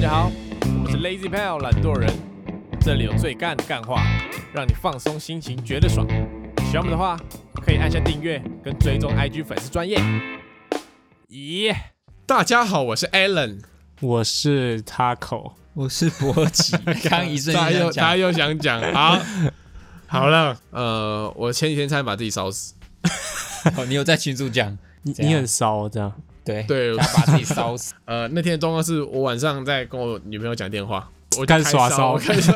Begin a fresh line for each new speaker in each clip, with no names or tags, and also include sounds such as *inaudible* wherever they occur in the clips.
家好，
嗯
我是 Lazy Pal 懒惰人，这里有最干的干话，让你放松心情，觉得爽。喜欢我们的话，可以按下订阅跟追踪 IG 粉丝专业。咦、
大家好，我是 Alan。
我是 Taco，
我是博奇， *laughs* 刚一瞬
大家
间
又
想
大家
讲，
又想讲，好，好了，呃，我前几天差点把自己烧死，
哦你有在群主讲，
你
怎样
你很骚这样，
对，
对
他把自己烧死，
*laughs* 呃，那天的状况是我晚上在跟我女朋友讲电话，我就
开始
开
耍
烧， *laughs*
骚
我开始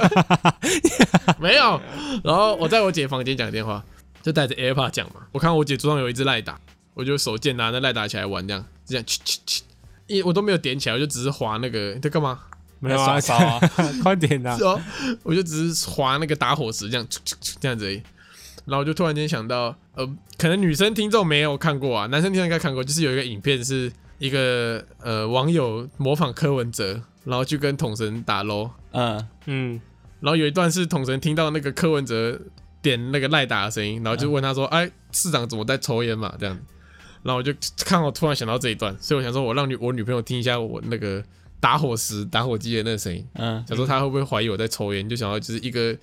没有，然后我在我姐房间讲电话，就带着 AirPod 讲嘛，我看我姐桌上有一只赖打，我就手贱啊拿那赖打起来玩，这样这样， *laughs* 一我都没有点起来，我就只是滑那个，你在干嘛？
没有啊 *laughs*
在，耍骚啊 *laughs*
快点啊
是！哦，我就只是划那个打火石这样，这样子而已。然后我就突然间想到，呃，可能女生听众没有看过啊，男生听众应该看过，就是有一个影片是一个呃网友模仿柯文哲，然后去跟统神打 l
嗯，
嗯，
然后有一段是统神听到那个柯文哲点那个赖打的声音，然后就问他说：“哎，市长怎么在抽烟嘛？”这样。然后我就看我突然想到这一段，所以我想说，我让女我女朋友听一下我那个打火石打火机的那个声音。
嗯，
想说他会不会怀疑我在抽烟，就想要就是一个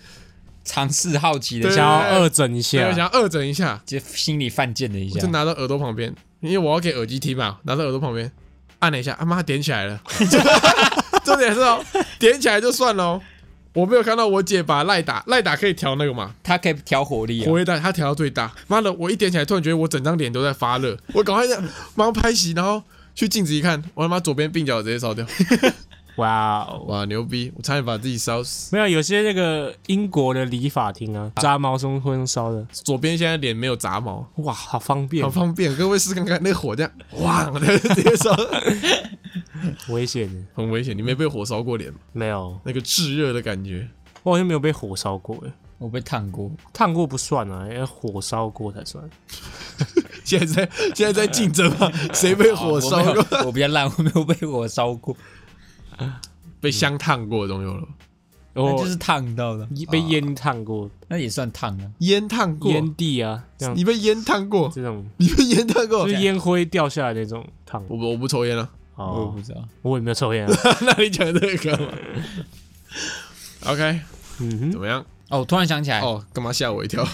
尝试好奇的
对
想
想，
要二整一
对，
下
想，要恶整一下，
就心里犯贱的一
我
下
就，拿到耳朵旁边，因为我要给耳机听嘛，拿到耳朵旁边按了一下，啊妈点起来了， *laughs* 重点是哦，点起来就算了、哦，我没有看到我姐把赖打赖打可以调那个嘛，
他可以调火力啊
活，跃大，她调到最大，妈的，我一点起来突然觉得我整张脸都在发热，我赶快这样马上拍洗，然后去镜子一看，我他妈左边鬓角直接烧掉，
哇哦！
哇牛逼，我差点把自己烧死，
没有，有些那个英国的理发厅啊，炸毛松会用烧的，
左边现在脸没有杂毛。
哇，好方便
好，方便，各位试看看那个火这样，哇，直接烧，
危险的。
*laughs* 很危险。你没被火烧过脸吗？
没有，
那个炙热的感 *laughs* 觉，
我好像没有被火烧过诶，
我被烫过，
烫过不算啊，要火烧过才算。
现在在现在在竞争 *laughs* 吗？谁被火烧
哦
过？
我没有， *laughs* 我比较烂，我没有被火烧过，
被香烫过总有了，
那
我
就是烫到的，
哦被烟烫过，
那也算烫啊，
烟烫过，
烟蒂啊，这样
你被烟烫过，
这种
你被烟烫过
就。是烟灰掉下来那种烫。
我不我不抽烟了，
我
哦
不，知道，
我也没有抽烟啊。
*laughs* 那你讲这个干嘛？OK，
嗯哼
怎。么样？
哦，我突然想起来，
哦，干嘛吓我一 *laughs* 跳？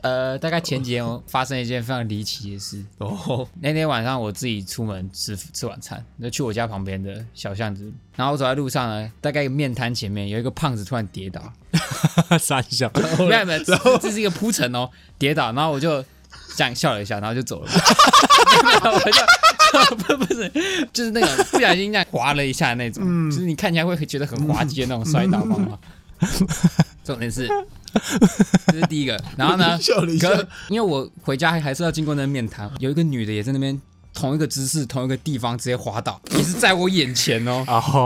呃，大概前几天我发生一件非常离奇的事，
哦，，
那天晚上我自己出门吃吃晚餐，就去我家旁边的小巷子，然后我走在路上呢，大概一个面摊前面有一个胖子突然跌倒，
*laughs*
*laughs*
三项，
没有没有，这这是一个铺陈哦，跌倒，然后我就这样笑了一下，然后就走了，没有，我就 *laughs* 不不是，就是那个不小心这样滑了一下那种，就是你看起来会觉得很滑稽的那种摔倒方法。重点是，这是第一个，然后
*laughs*
呢
笑了一下
可因为我回家还是要经过那个面谈，有一个女的也在那边同一个姿势、同一个地方直接
*laughs*
滑倒，也是在我眼前哦，
然后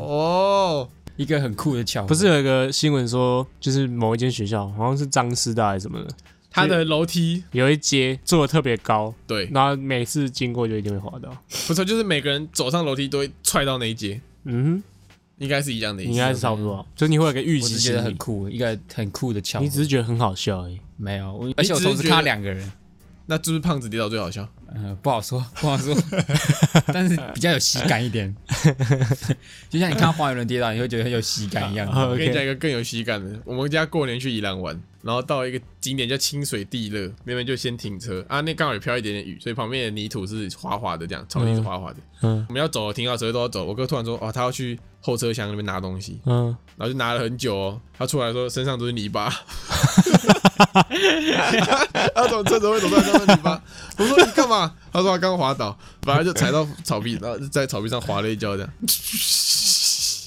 哦，
一个很酷的巧合，
不是有一个新闻说，就是某一间学校，好像是张师大还是什么的，
他的楼梯
有一阶做的特别高，
对，
然后每次经过就一定会滑到。
不错，就是每个人走上楼梯都会踹到那一阶，
嗯
应该是一样的
哼，
意
应
思。
该是差不多啊，就是你会有个预
我
期
只觉
心
得很
理，
酷，一个很酷的巧合，
你只是觉得很好笑而已。
没有，我而且我
你只是
同时
觉
看到
得
两个人，
那是不是胖子跌倒最好笑？
呃，不好 *laughs* 说，不好说，但是比较有喜感一点， *laughs* 就像你看到黄雨伦跌倒，你会觉得很有喜感一样。
我跟你讲
OK，
一个更有喜感的，我们家过年去宜兰玩，然后到一个景点叫清水地热，那边就先停车啊，那刚好也飘一点点雨，所以旁边的泥土是滑滑的，这样草地是滑滑的。
嗯
我们要走，停好车都要走。我哥突然说，哦，他要去后车厢那边拿东西，
嗯，
然后就拿了很久哦。他出来说身上都是泥巴， *laughs* 他从厕所会走出来都是泥巴。我说你干嘛？他说他刚滑倒，反正就踩到草皮，然后就在草皮上滑了一跤，这样。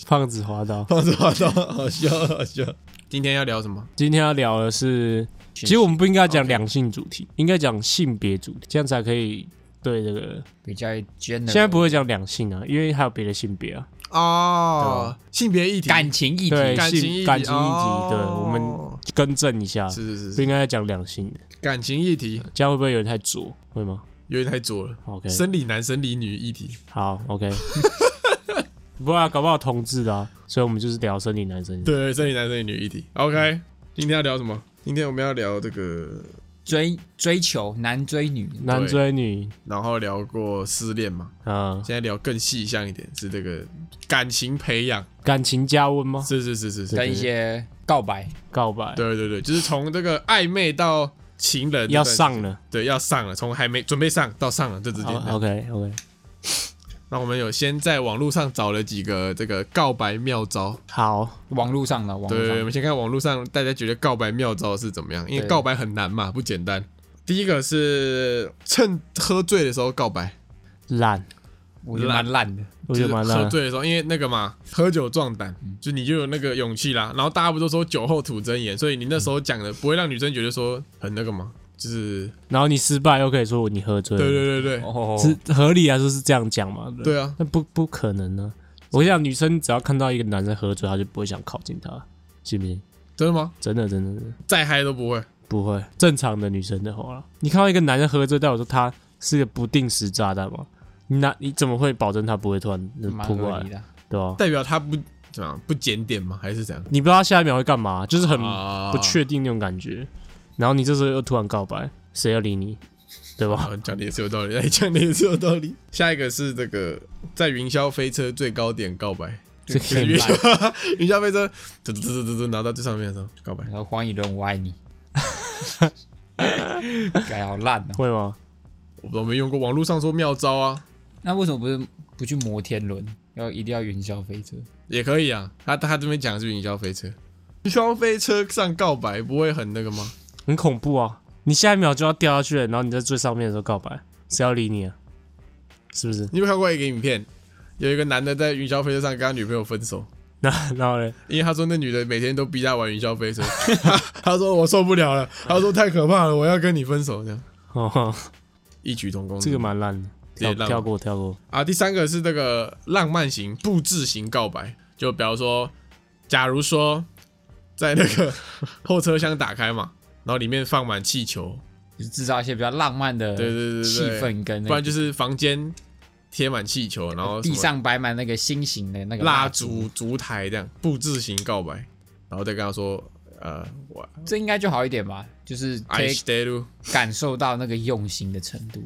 胖子滑到。
放着滑倒，好笑好笑。今天要聊什么？
今天要聊的是，其实我们不应该讲两性主题，应该讲性别主题，这样才可以。对这个，
比较 general，
现在不会讲两性啊，因为还有别的性别啊，
哦，性别议题，
感情议题，
对
感情
性
议题
感情议
哦
题，对我们更正一下，
是是
不
是
应该讲两性的，
感情议题，
这样会不会有点太左？会吗
有点太左了。
？OK，
生理男、生理女议题，
好，OK。不啊，搞不好同志的、啊，所以我们就是聊生理男生。，
嗯对，生理男、生理女议题。OK，今天要聊什么？今天我们要聊这个
追追求男追女，
男追女
然后聊过失恋嘛，
啊，
现在聊更细项一点，是这个感情培养，
感情加温吗？
是是是是是，
跟一些告白，
告白
对对对，就是从这个暧昧到情人
要
这段时
上
间，
了。
对，要上了，从还没准备上到上了这之间。
好，OK OK，
那我们有先在网络上找了几个这个告白妙招，
好，
网络上的网络
对，我
上，
们先看网络上大家觉得告白妙招是怎么样，因为
对
告白很难嘛，不简单。第一个是趁喝醉的时候告白，
懒，
我觉得蛮烂的，
我
就
觉
是哦
得蛮
喝
烂的。
醉的时候，因为那个嘛，喝酒壮胆，就你就有那个勇气啦。然后大家不都说酒后吐真言，所以你那时候讲的不会让女生觉得说很那个嘛，就是
然后你失败又可以说你喝醉，
对对对对
哦，
是合理来啊说是这样讲嘛？不
对啊，
那不不可能呢、我想女生只要看到一个男生喝醉，她就不会想靠近他，信不信？
真的吗？
真的真的真的
再嗨都不会。
不会。正常的女生的话啦，你看到一个男人喝醉，代表说他是个不定时炸弹嘛？你哪你怎么会保证他不会突然呃
蛮
扑过
合
来
理，的。
对吧、
代表他不怎么样不检点吗？还是怎样？
你不知道他下一秒会干嘛，就是很
啊
不确定那种感觉。然后你这时候又突然告白，谁要理你，对 *laughs* 吧？
啊，讲的也是有道理，哎讲的也是有道理。下一个是这个在云霄飞车最高点告白，
这
就
个
是
很
云
烂
霄云霄飞车嘟嘟嘟嘟嘟拿到最上面的时候告白
然，后黄以伦，我爱 *laughs* 你，改好烂哦。
会吗？
我都没用过。网络上说妙招啊，
那为什么不是不去摩天轮，要一定要云霄飞车？
也可以啊。他他这边讲的是云霄飞车，云霄飞车上告白不会很那个吗？
很恐怖啊！你下一秒就要掉下去了，然后你在最上面的时候告白，谁要理你啊？是不是？ *laughs*
你有没有看过一个影片，有一个男的在云霄飞车上跟他女朋友分手。
那然后嘞，
因为他说那女的每天都逼他玩云霄飞车，他他说我受不了了，他说太可怕了，我要跟你分手，这样
哦，
异曲同工。
这个蛮烂的，
直接
跳
烂
跳过跳过。
啊，第三个是这个浪漫型布置型告白，就比方说，假如说在那
*laughs*
个后车厢打开嘛，然后里面放满气球，
就是制造一些比较浪漫的
对对对对
气氛跟那个，
不然就是房间贴满气球，然后什
地
么
上摆满那个心形的那个
蜡
烛，
烛、烛台这样布置型告白，然后再跟他说，呃，我
这应该就好一点吧，就是可
I
以
stay you。
感受到那个用心的程度。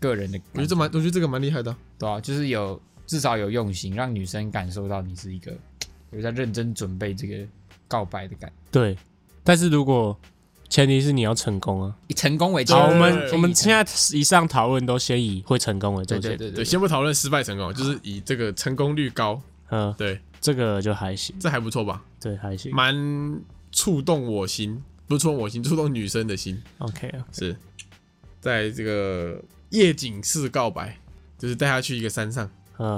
个人的感，
我觉得这蛮，我觉得这个蛮厉害的啊、
对啊，就是有至少有用心，让女生感受到你是一个有在认真准备这个告白的感，
对，但是如果前提是你要成功啊。
以成功为基
对
好，我
本
对
们
对
我们现在以上讨论都先以会成功为
对
重
对
点。
对
对，
对，
先不讨论失败成功，就是以这个成功率高，
嗯，
对，
这个就还行，
这还不错吧，
对还行。
蛮触动我心，不是触动我心，触动女生的心，
OK，
是在这个夜景式告白，就是带她去一个山上，
嗯，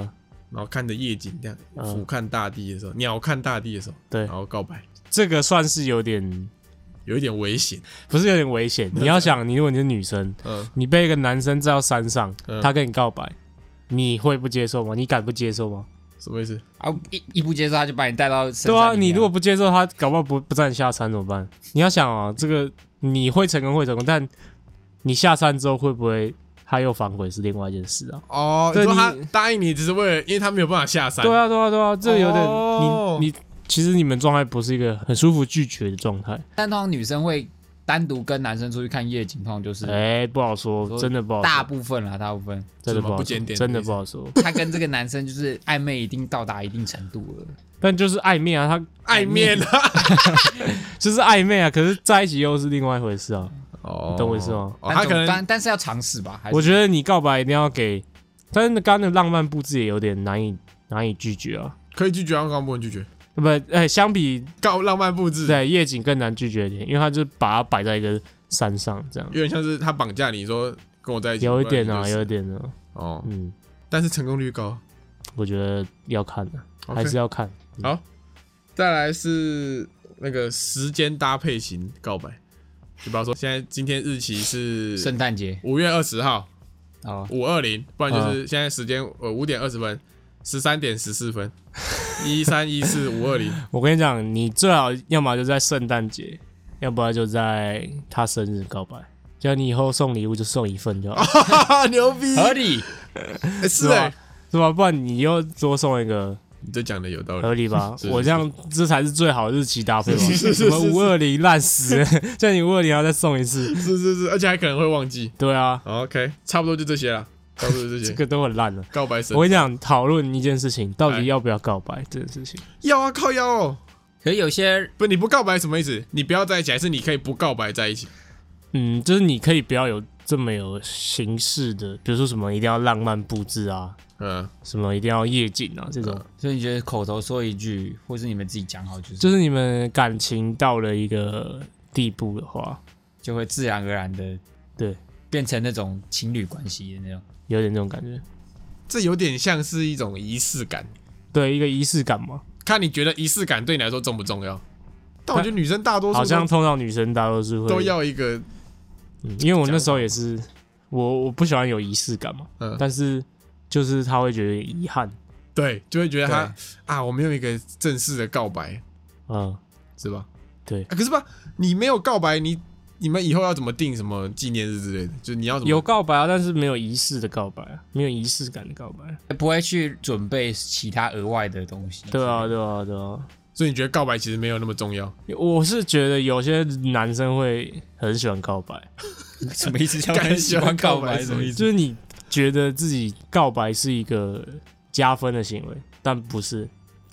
然后看着夜景这样
嗯
俯瞰大地的时候，鸟瞰大地的时候，
对
然，后告白，
这个算是有点，
有一点危险，
不是有点危险。你要想，你如果你是女生，
嗯，
你被一个男生载到山上
嗯，
他跟你告白，你会不接受吗？你敢不接受吗？
什么意思？
啊一一不接受他就把你带到深
对
山
啊，
里
你
面
如果不接受他，搞不好不不带你下山怎么办？你要想啊，这个你会成功会成功，但你下山之后会不会他又反悔是另外一件事啊？
哦，你
对
说
你
他答应你只是为了，因为他没有办法下山，
对啊，对啊，对啊，这个有点、
哦
你你其实你们状态不是一个很舒服拒绝的状态。
但通常女生会单独跟男生出去看夜景，通常就是
哎、不好说，
说
真的不好说，
大部分啦，大部分
真的不好
不
说
检点
真
的
的
意思
不好说。
她跟这个男生就是暧昧已经到达一定程度了，
但就是暧昧啊，他
爱面啊，
就是暧昧啊，可是在一起又是另外一回事啊。
*laughs* 哦
你懂我意思吗
哦
但
他
总
可能
但但是要尝试吧，还是
我觉得你告白一定要给，但是刚刚的浪漫布置也有点难以难以拒绝啊。
可以拒绝，刚刚不能拒绝，
不，哎、相比
告浪漫布置，
对夜景更难拒绝一点，因为他就把它摆在一个山上这样，
有点像是他绑架你说跟我在一起，
有一点
不
啊，
然你就
有
死
一点啊，
哦，
嗯，
但是成功率高。
我觉得要看的、
OK
还是要看。
再来是那个时间搭配型告白，就比方说现在今天日期是
圣诞节
五月二十号
哦，
五二零，不然就是现在时间呃五点二十分，十三点十四 *laughs* 分，一三一四五二零，
我跟你讲，你最好要么就在圣诞节，要不然就在他生日告白。叫你以后送礼物就送一份就好，
*laughs* *laughs* 哈哈，牛逼，
合理
欸是
吧
哎，
是吧？不然你又多送一个，
你这讲的有道
合
理。
理吧？
*laughs* 是
我这样这才是最好的日期搭配吧？
是是是
什么
是
五二零烂死 *laughs* 了，叫你五二零要再送一次。
是是是，而且还可能会忘记。
对啊，
好 OK，差不多就这些啦，差不多 *laughs* 就这
这
些。
个都很烂了。啊
告白神
我跟你讲，讨论一件事情，到
哎
底要不要告白这件事情，
要啊，靠腰哦。
可是有些
不，你不告白什么意思？你不要在一起，还是你可以不告白在一起？
嗯，就是你可以不要有这么有形式的，比如说什么一定要浪漫布置啊，
嗯，
什么一定要夜景啊这种，
所以你觉得口头说一句，或是你们自己讲好，就是
就
就
是你们感情到了一个地步的话，
就会自然而然的
对，
变成那种情侣关系的那种。
有点这种感觉，
这有点像是一种仪式感，
对，一个仪式感嘛，
看你觉得仪式感对你来说重不重要？但我觉得女生大多数
好
都
像通常女生大多数会
都、要一个
嗯，因为我那时候也是，我我不喜欢有仪式感嘛，
嗯
但是就是他会觉得有遗憾，
对，就会觉得他
对
啊，我没有一个正式的告白，
嗯，
是吧？
对
啊，可是吧，你没有告白，你你们以后要怎么定什么纪念日之类的？就你要怎么
有告白啊，但是没有仪式的告白啊，没有仪式感的告白啊，
不会去准备其他额外的东西。
对啊，，对啊，对啊。
所以你觉得告白其实没有那么重要？
我是觉得有些男生会很喜欢告白，
什么意思？叫
干
人喜欢告
告白
白？什么意思？
就是你觉得自己告白是一个加分的行为，但不是，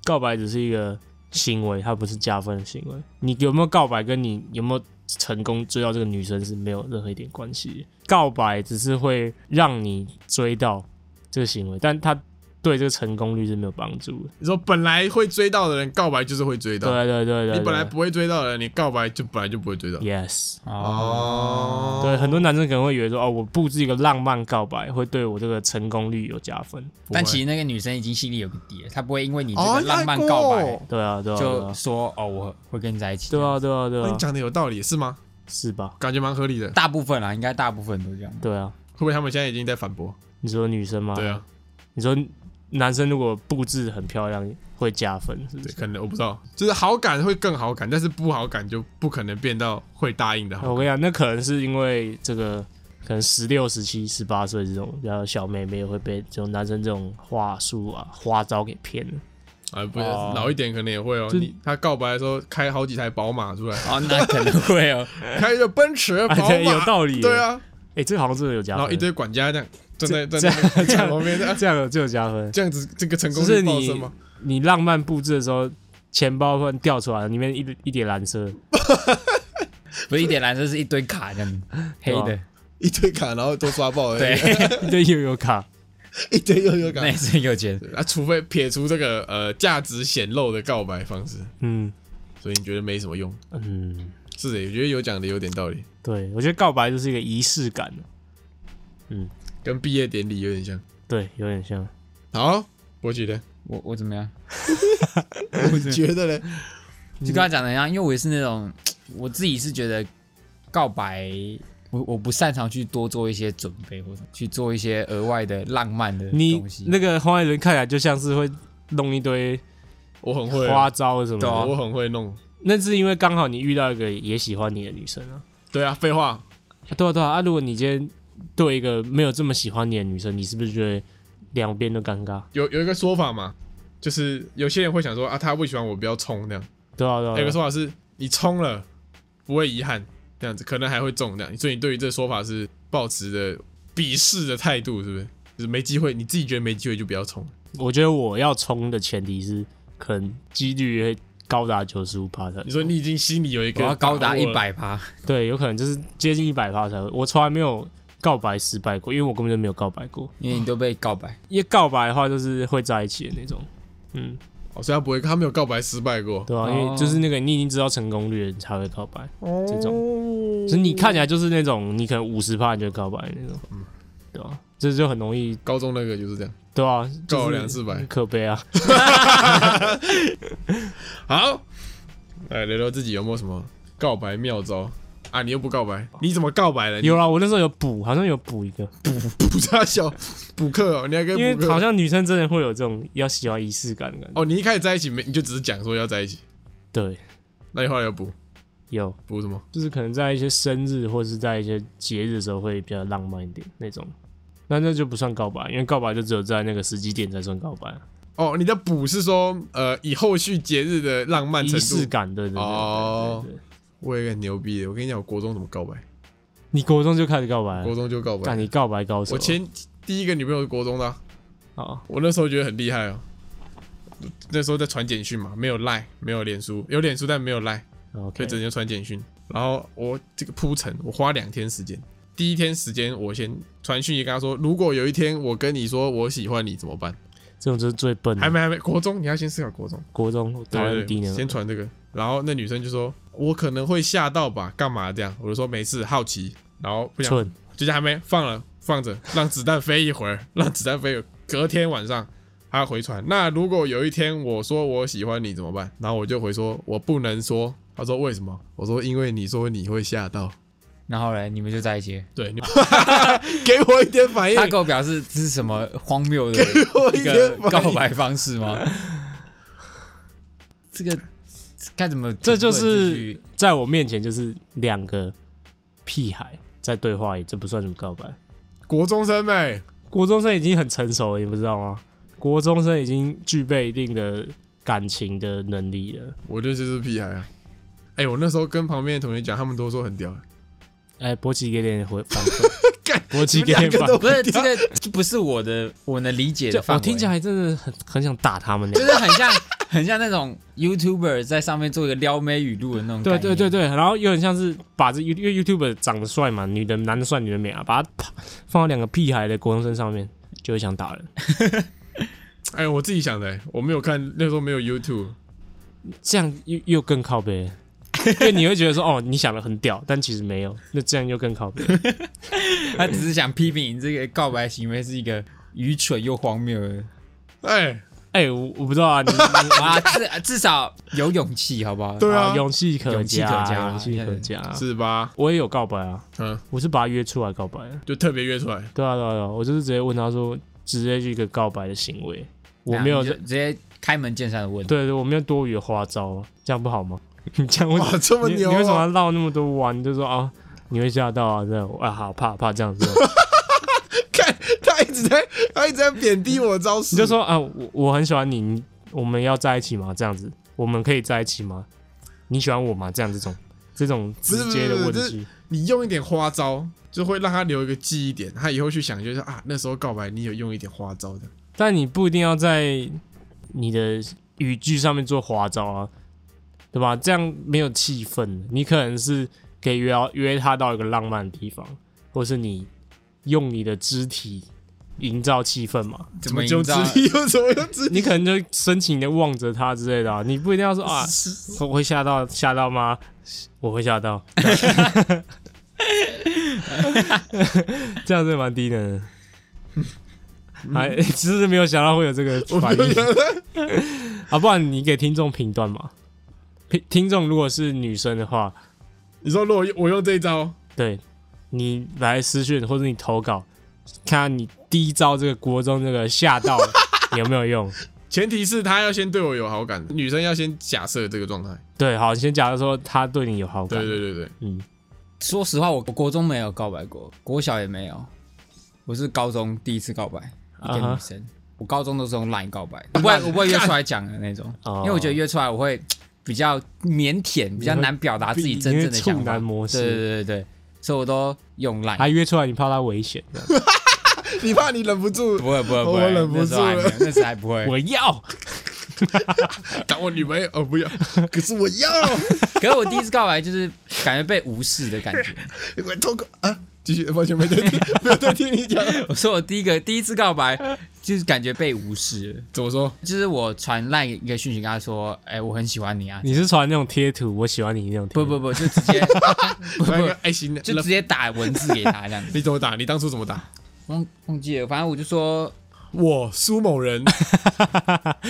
告白只是一个行为，它不是加分的行为。你有没有告白，跟你有没有成功追到这个女生是没有任何一点关系的。告白只是会让你追到这个行为，但它对这个成功率是没有帮助的。
你说本来会追到的人，告白就是会追到；
对对对对，
啊你本来不会追到的人，你告白就本来就不会追到。
yes。
哦，
对，很多男生可能会以为说，哦，我布置一个浪漫告白，会对我这个成功率有加分。
不会
但其实那个女生已经心里有个底了，她不会因为你这
哦
个，浪漫告
你爱
白
过
对啊，对啊，对
就
啊，
说哦，我会跟你在一起。
对啊，，对啊，对
哦
啊
你，讲的有道理是吗？
是吧？
感觉蛮合理的。
大部分啦，啊应该大部分都这样。
对啊，
会不会他们现在已经在反驳？
你说女生吗？
对，啊，
你说男生如果布置很漂亮，会加分，是不
对，
是？
可能我不知道，就是好感会更好感，但是不好感就不可能变到会答应的好
我跟你讲，那可能是因为这个，可能十六、十七、十八岁这种比较小妹妹会被这种男生这种话术啊、花招给骗了。
啊，不是
哦
老一点可能也会哦。
就
你他告白的时候开好几台宝马出来，
哦，那可能会 *laughs* 哦。
开着奔驰、
啊
宝马，
*laughs* 对有道理耶
对啊，
哎，这个好像真的有加
然后
分， *laughs*
一堆管家这样站在站 *laughs*
这
在
这
站
样
旁边这样，
这样有就有加分。
这样子这个成功
只
率
是
爆
你
升吗？
你浪漫布置的时候，钱包突然掉出来，里面一一点蓝色， *laughs*
不是一点蓝色，是一堆卡这样黑的，
一堆卡，然后都刷爆了，
对，，
一堆悠悠卡。
*laughs* 一堆悠悠卡
那。也是很有钱。
对啊，除非撇除这个呃价值显露的告白方式，
嗯
所以你觉得没什么用？
嗯，
是的，我觉得有讲的有点道理，
对，我觉得告白就是一个仪式感，
跟毕业典礼有点像。
对，有点像。
好，我觉得，
我我怎么样？
我 *laughs* 觉得嘞，
就跟他讲的一样，因为我也是那种，我自己是觉得告白，我我不擅长去多做一些准备，或者去做一些额外的浪漫的
你
东西。
那个花艺人看起来就像是会弄一堆
我很会，
花招什么
对啊
的，
我很会弄。
那是因为刚好你遇到一个也喜欢你的女生啊。
对啊，废话，
啊对啊对啊，啊如果你今天对一个没有这么喜欢你的女生，你是不是觉得两边都尴尬？
有有一个说法嘛，就是有些人会想说啊，他不喜欢我，不要冲那样。
嗯
对啊对啊
哎
还有一个
对啊，
说法是，你冲了不会遗憾，这样子可能还会中这样。所以你对于这个说法是抱持着鄙视的态度，是不是？就是没机会，你自己觉得没机会就不要冲。
我觉得我要冲的前提是可能几率会高达九十五趴的
你，说你已经心里有一个
我要高达
把握
一
了，
百趴，
对，有可能就是接近一百趴才会。我从来没有告白失败过，因为我根本就没有告白过。
因为你都被告白，
一告白的话，就是会在一起的那种。嗯，
哦，所以他不会，他没有告白失败过。
对啊，
哦
因为就是那个你已经知道成功率了，你才会告白。这
种
就是你看起来就是那种你可能五十趴你就告白的那种，
嗯
对啊，这就很容易，
高中那个就是这样，
对啊，
告
就
了
是
两次白。
可悲啊。
好，来聊聊自己有没有什么告白妙招啊？你又不告白，你怎么告白了？你
有啦，我那时候有补，好像有补一个，
补他小补课哦，你还可以
因为
补课。
好像女生真的会有这种要喜欢仪式感的感觉。
哦，你一开始在一起没，你就只是讲说要在一起，
对，
那你后来有补
有，
补什么？
就是可能在一些生日或是在一些节日的时候会比较浪漫一点那种。那那就不算告白，因为告白就只有在那个时机点才算告白。啊
哦，你的补是说呃以后续节日的浪漫程
仪式
度。
感，对对对
哦
对对对对
我有一个很牛逼的，我跟你讲，我国中怎么告白，
你国中就开始告白
国
了，
中就告白
哎干。你告白高手，
我前第一个女朋友是国中的啊、
啊，
我那时候觉得很厉害哦。那时候在传简讯嘛，没有赖，没有脸书，有脸书但没有赖，所
OK，
以只能传简讯。然后我这个铺陈，我花两天时间。第一天时间，我先传讯息跟他说，如果有一天我跟你说我喜欢你怎么办？
这种就是最笨
还
的。
没还没，国中你要先思考国中。
国中我
嗯
讨
对
厌低
对对，
能
先
儿，
传这个，然后那女生就说：“我可能会吓到吧，干嘛这样？”我就说：“没事，好奇。”然后不想，
蠢，
就是还没放了，放着，让子弹飞一会儿，让子弹飞一会儿。隔天晚上，她回传：“那如果有一天我说我喜欢你怎么办？”然后我就回说：“我不能说。”她说：“为什么？”我说：“因为你说你会吓到。
然后嘞，你们就在一起。”
对，你 *laughs* 给我一点反应。
他给我表示这是什么荒谬的
我一
一
点
个
反应
告白方式吗？这个该怎么？
这就是在我面前就是两个屁孩在对话，也这不算什么告白。
国中生妹，
国中生已经很成熟了，你不知道吗？国中生已经具备一定的感情的能力了。
我这就是屁孩啊！哎、我那时候跟旁边的同学讲，他们都说很屌。
哎，博奇给点回反馈，
*laughs* 干
博奇给点
你们
反
两个都。
馈
不是这个这不是我的我能理解的
就
范
我
围。
听起来真的很很想打他们俩
*laughs* 就。是很像很像那种 YouTuber 在上面做一个撩妹语录的那种。
对对对，对，然后有点像是把这 You- 因为 YouTube 长得帅嘛，女的男的帅，女的美啊，把它啪放到两个屁孩的国中生上面，就会想打人。
哎、我自己想的、欸，我没有看，那时候没有 YouTube。
这样又又更靠
*laughs*
背，因为你会觉得说哦，你想的很屌，但其实没有，那这样又更靠背。
他只是想批评你这个告白行为是一个愚蠢又荒谬 *laughs* 的。
哎、
哎、我我不知道啊，
*laughs*
你你
啊，至至少有勇气，好不好？
对啊，
哦勇气可
勇气可
嘉，
嘉哎
勇气可嘉。
是吧？
我也有告白啊，
嗯，
我是把他约出来告白的。
就特别约出来。
对啊，对啊，对啊，我就是直接问他说，直接一个告白的行为，我没有
那你就
在，
直接开门见山的问。
对对，我没有多余的花招啊，这样不好吗？ *laughs* 你这样为什么
哇，这么
你你
牛、
为什么要
啊！
绕那么多弯？你就说啊，你会吓到啊，这样啊，好怕怕这样子。 *laughs*
看他一直在，他一直在贬低我的招式。
你就说啊，我我很喜欢你，你我们要在一起吗？这样子，我们可以在一起吗？你喜欢我吗？这样这种这种直接的问
不是不
句，
你用一点花招，就会让他留一个记忆点，他以后去想就是啊，那时候告白你有用一点花招的。
但你不一定要在你的语句上面做花招啊，对吧？这样没有气氛，你可能是可以约到约他到一个浪漫的地方，或是你用你的肢体营造气氛嘛。
怎么
就
营
肢
造？
体 *laughs* 又怎么用肢体？
*laughs* 你可能就深情的望着他之类的、啊，你不一定要说啊，会会吓到吓到吗？我会
*laughs*
吓到，这样子蛮低能的。还其实没有想到会有这个
嗯我
反
没有
应
想到
啊，不然你给听众评断嘛。听听众如果是女生的话，
你说如果我用这一招，
对你来私讯或者你投稿，看看你第一招这个国中这个吓到
*laughs*
有没有用？
前提是他要先对我有好感，女生要先假设这个状态。
对，好，你先假如说他对你有好感，
对对对对，
嗯，
说实话，我我国中没有告白过，国小也没有，我是高中第一次告白一
啊
个
哈啊
女生。我高中都是用 line 告白，我不会我不会约出来讲的那种，
哦
因为我觉得约出来我会比较腼腆，比较难表达自己真正的想
你会处
法
男。模式
对对对对，所以我都用 line。
还约出来，你怕他危险？
你怕你忍不住
不会不会不
我
会，
忍不
那时候还
住
没
了
有，那时候还不会。
我要，
打我女朋友哦，不要，可是我要，
可是我第一次告白就是感觉被无视的感觉。
我通过啊，继续，完全没对听，没有对听你讲。
我说我第一个第一次告白 *laughs* 就是感觉被无视了，
怎么说？
就是我传烂一个讯息跟他说，哎、我很喜欢你啊。
你是传那种贴图，我喜欢你那种贴
不
图。
不不，就直 *laughs* 接不
来个
不，
爱心的，
就直接打文字给他这样子。
你怎么打？你当初怎么打？
*laughs* 忘忘记了，反正我就说，
我苏某人，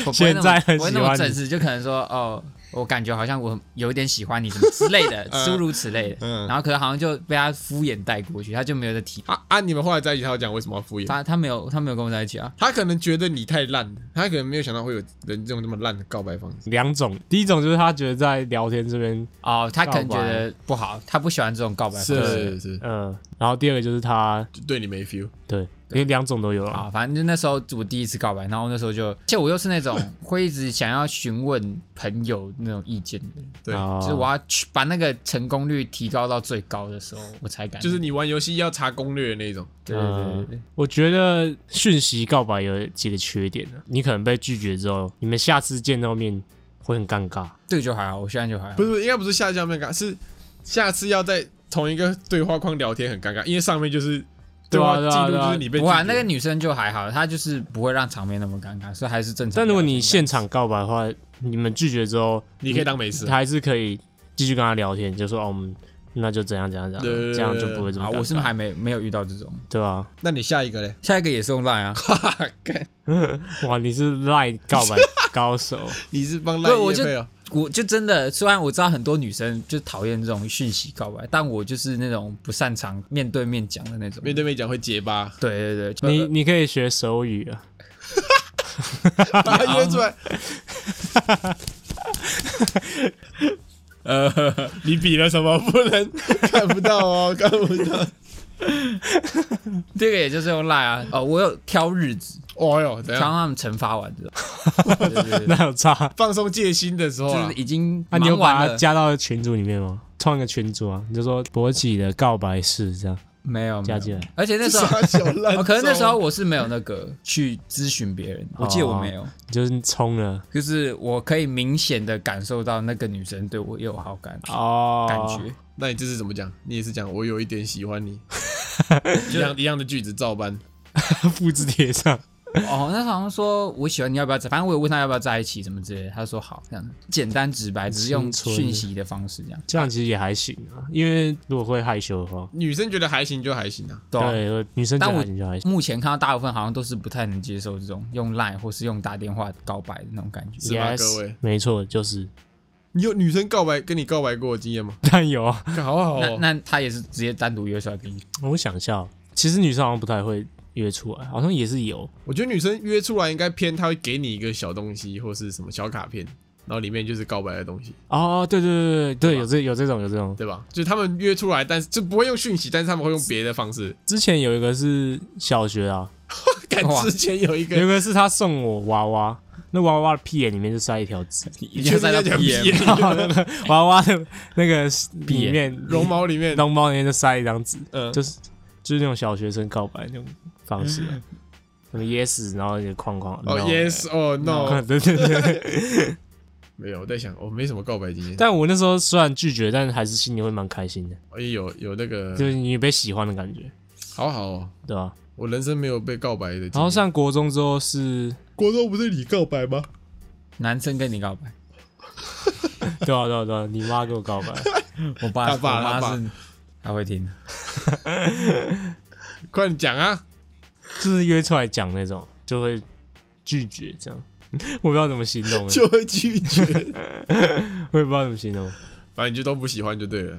我不会
*laughs* 现
那么
在很
不会那么
喜欢你
正式，就可能说，哦，我感觉好像我有点喜欢你什么之类
*laughs*
的，
嗯
诸如此类的。
嗯
然后可能好像就被他敷衍带过去，他就没有再提。
啊啊！你们后来在一起，他有讲为什么要敷衍？
他他没有他没有跟我在一起啊，
他可能觉得你太烂了，他可能没有想到会有人用这么烂的告白方式。
两种，第一种就是他觉得在聊天这边，
哦，他可能
告
觉
白
得不好，他不喜欢这种告白方式。
是，
嗯呃，然后第二个就是他
就对你没 feel。
对，因为两种都有啊。
啊，反正就那时候我第一次告白，然后那时候就，而且我又是那种会一直想要询问朋友那种意见的，
对
哦
就是我要去把那个成功率提高到最高的时候，我才敢。
就是你玩游戏要查攻略的那种。
对对
嗯
对对对，
我觉得讯息告白有几个缺点啊你可能被拒绝之后，你们下次见到面会很尴尬。
这个就还好，我现在就还好
不。是，应该不是下降面尬，是下次要在同一个对话框聊天很尴尬，因为上面就是
对啊
话
对啊
记录
对啊
就是你被拒
不过啊
绝
那个女生就还好，她就是不会让场面那么尴尬，所以还是正常。
但如果你现，
啊
场告白的话，你们拒绝之后，
你可以当没事。
还是可以继续跟他聊天，就说哦，我们那就怎样怎样怎
对对
样，
对
这样就不会这么
啊，
尴尬。
我是还没没有遇到这种。
对啊，
那你下一个嘞？ *laughs*
下一个也是用 Line 啊，
哇，你是赖告白高手，
你是帮
不
赖
是我
叶
就
贝哦？
我就真的，虽然我知道很多女生就讨厌这种讯息告白，但我就是那种不擅长面对面讲的那种。
面对面讲会结巴，
对对对， *laughs*
你你可以学手语啊。
把他约出 *laughs* 来。
呃，
你比了什么？不能看不到哦， *laughs* 看不到。
这个也就是用赖啊。哦，我有挑日子，
哦哟，怎
挑
样？
他们惩罚完的。对对对，
那有差？啊
放松戒心的时候
就
啊
是，已经
啊，你有
忙
把
完
它
了。
加到群组里面吗？创一个群组啊，你就说博起的告白式这样
没有
加
没有
进来。
而且那
*laughs*
时候，
傻小烂
哦，可是那时候
招
我是没有那个去咨询别人，我记得我没有，
你就是冲了
就是我可以明显的感受到那个女生对我有好感。
哦，
感觉
那你这是怎么讲？你也是讲我有一点喜欢 *laughs* 你，一样一样的句子照搬。
*laughs* 复制贴上。
哦，那好像说我喜欢你要不要在，反正我有问他要不要在一起什么之类的，他说好，这样简单直白，只是用
清纯
讯息的方式这样。
这样其实也还行啊， *laughs* 因为如果会害羞的话，
女生觉得还行就还行啊，
对啊
对，女生讲
但我
害羞就还行。
目前看到大部分好像都是不太能接受这种用 Line 或是用打电话告白的那种感觉。
是吗
Yes，
各位
没错，就是。 *laughs*
你有女生告白跟你告白过的经验吗？
但有啊，
干好好哦，
那那他也是直接单独约出来跟你，
我想一下哦，其实女生好像不太会约出来，好像也是有。
我觉得女生约出来应该偏，她会给你一个小东西或是什么小卡片，然后里面就是告白的东西，
哦，对对对对对，
对吧
有这有这种有这种。
对吧？就是他们约出来，但是就不会用讯息，但是他们会用别的方
*laughs*
式。
之前有一个是小学啊，
干
哇
之前有一
有
个
一，个是他送我娃娃，那娃娃的屁眼里面就塞一条纸，
一定要在
在
他
讲
PM
屁眼
然后那个娃娃的那个里面
绒毛里面，
绒毛里面就塞一张纸，
嗯，
就是就是那种小学生告白那种方式、啊，什么 yes，然后一个框框，
哦
no
yes 哦 no，
对对对。 *laughs*
没有，我在想我没什么告白经验，
但我那时候虽然拒绝，但还是心里会蛮开心的，
哎有有那个
就是你被喜欢的感觉，
好好哦，
对吧、
我人生没有被告白的经
然后
验。
上国中之后
*laughs*
是，
国中不是你告白吗？
男生跟你告白，
对啊对啊对啊，你妈给我告白， *laughs*
我
嗯
爸
他爸
我
他爸
妈是他会听，
快点讲啊！
就是约出来讲那种，就会拒绝这样， *laughs* 我不知道怎么形容，欸
就会拒
*laughs*
绝，
我也不知道怎么形容。
反正你就都不喜欢就对了。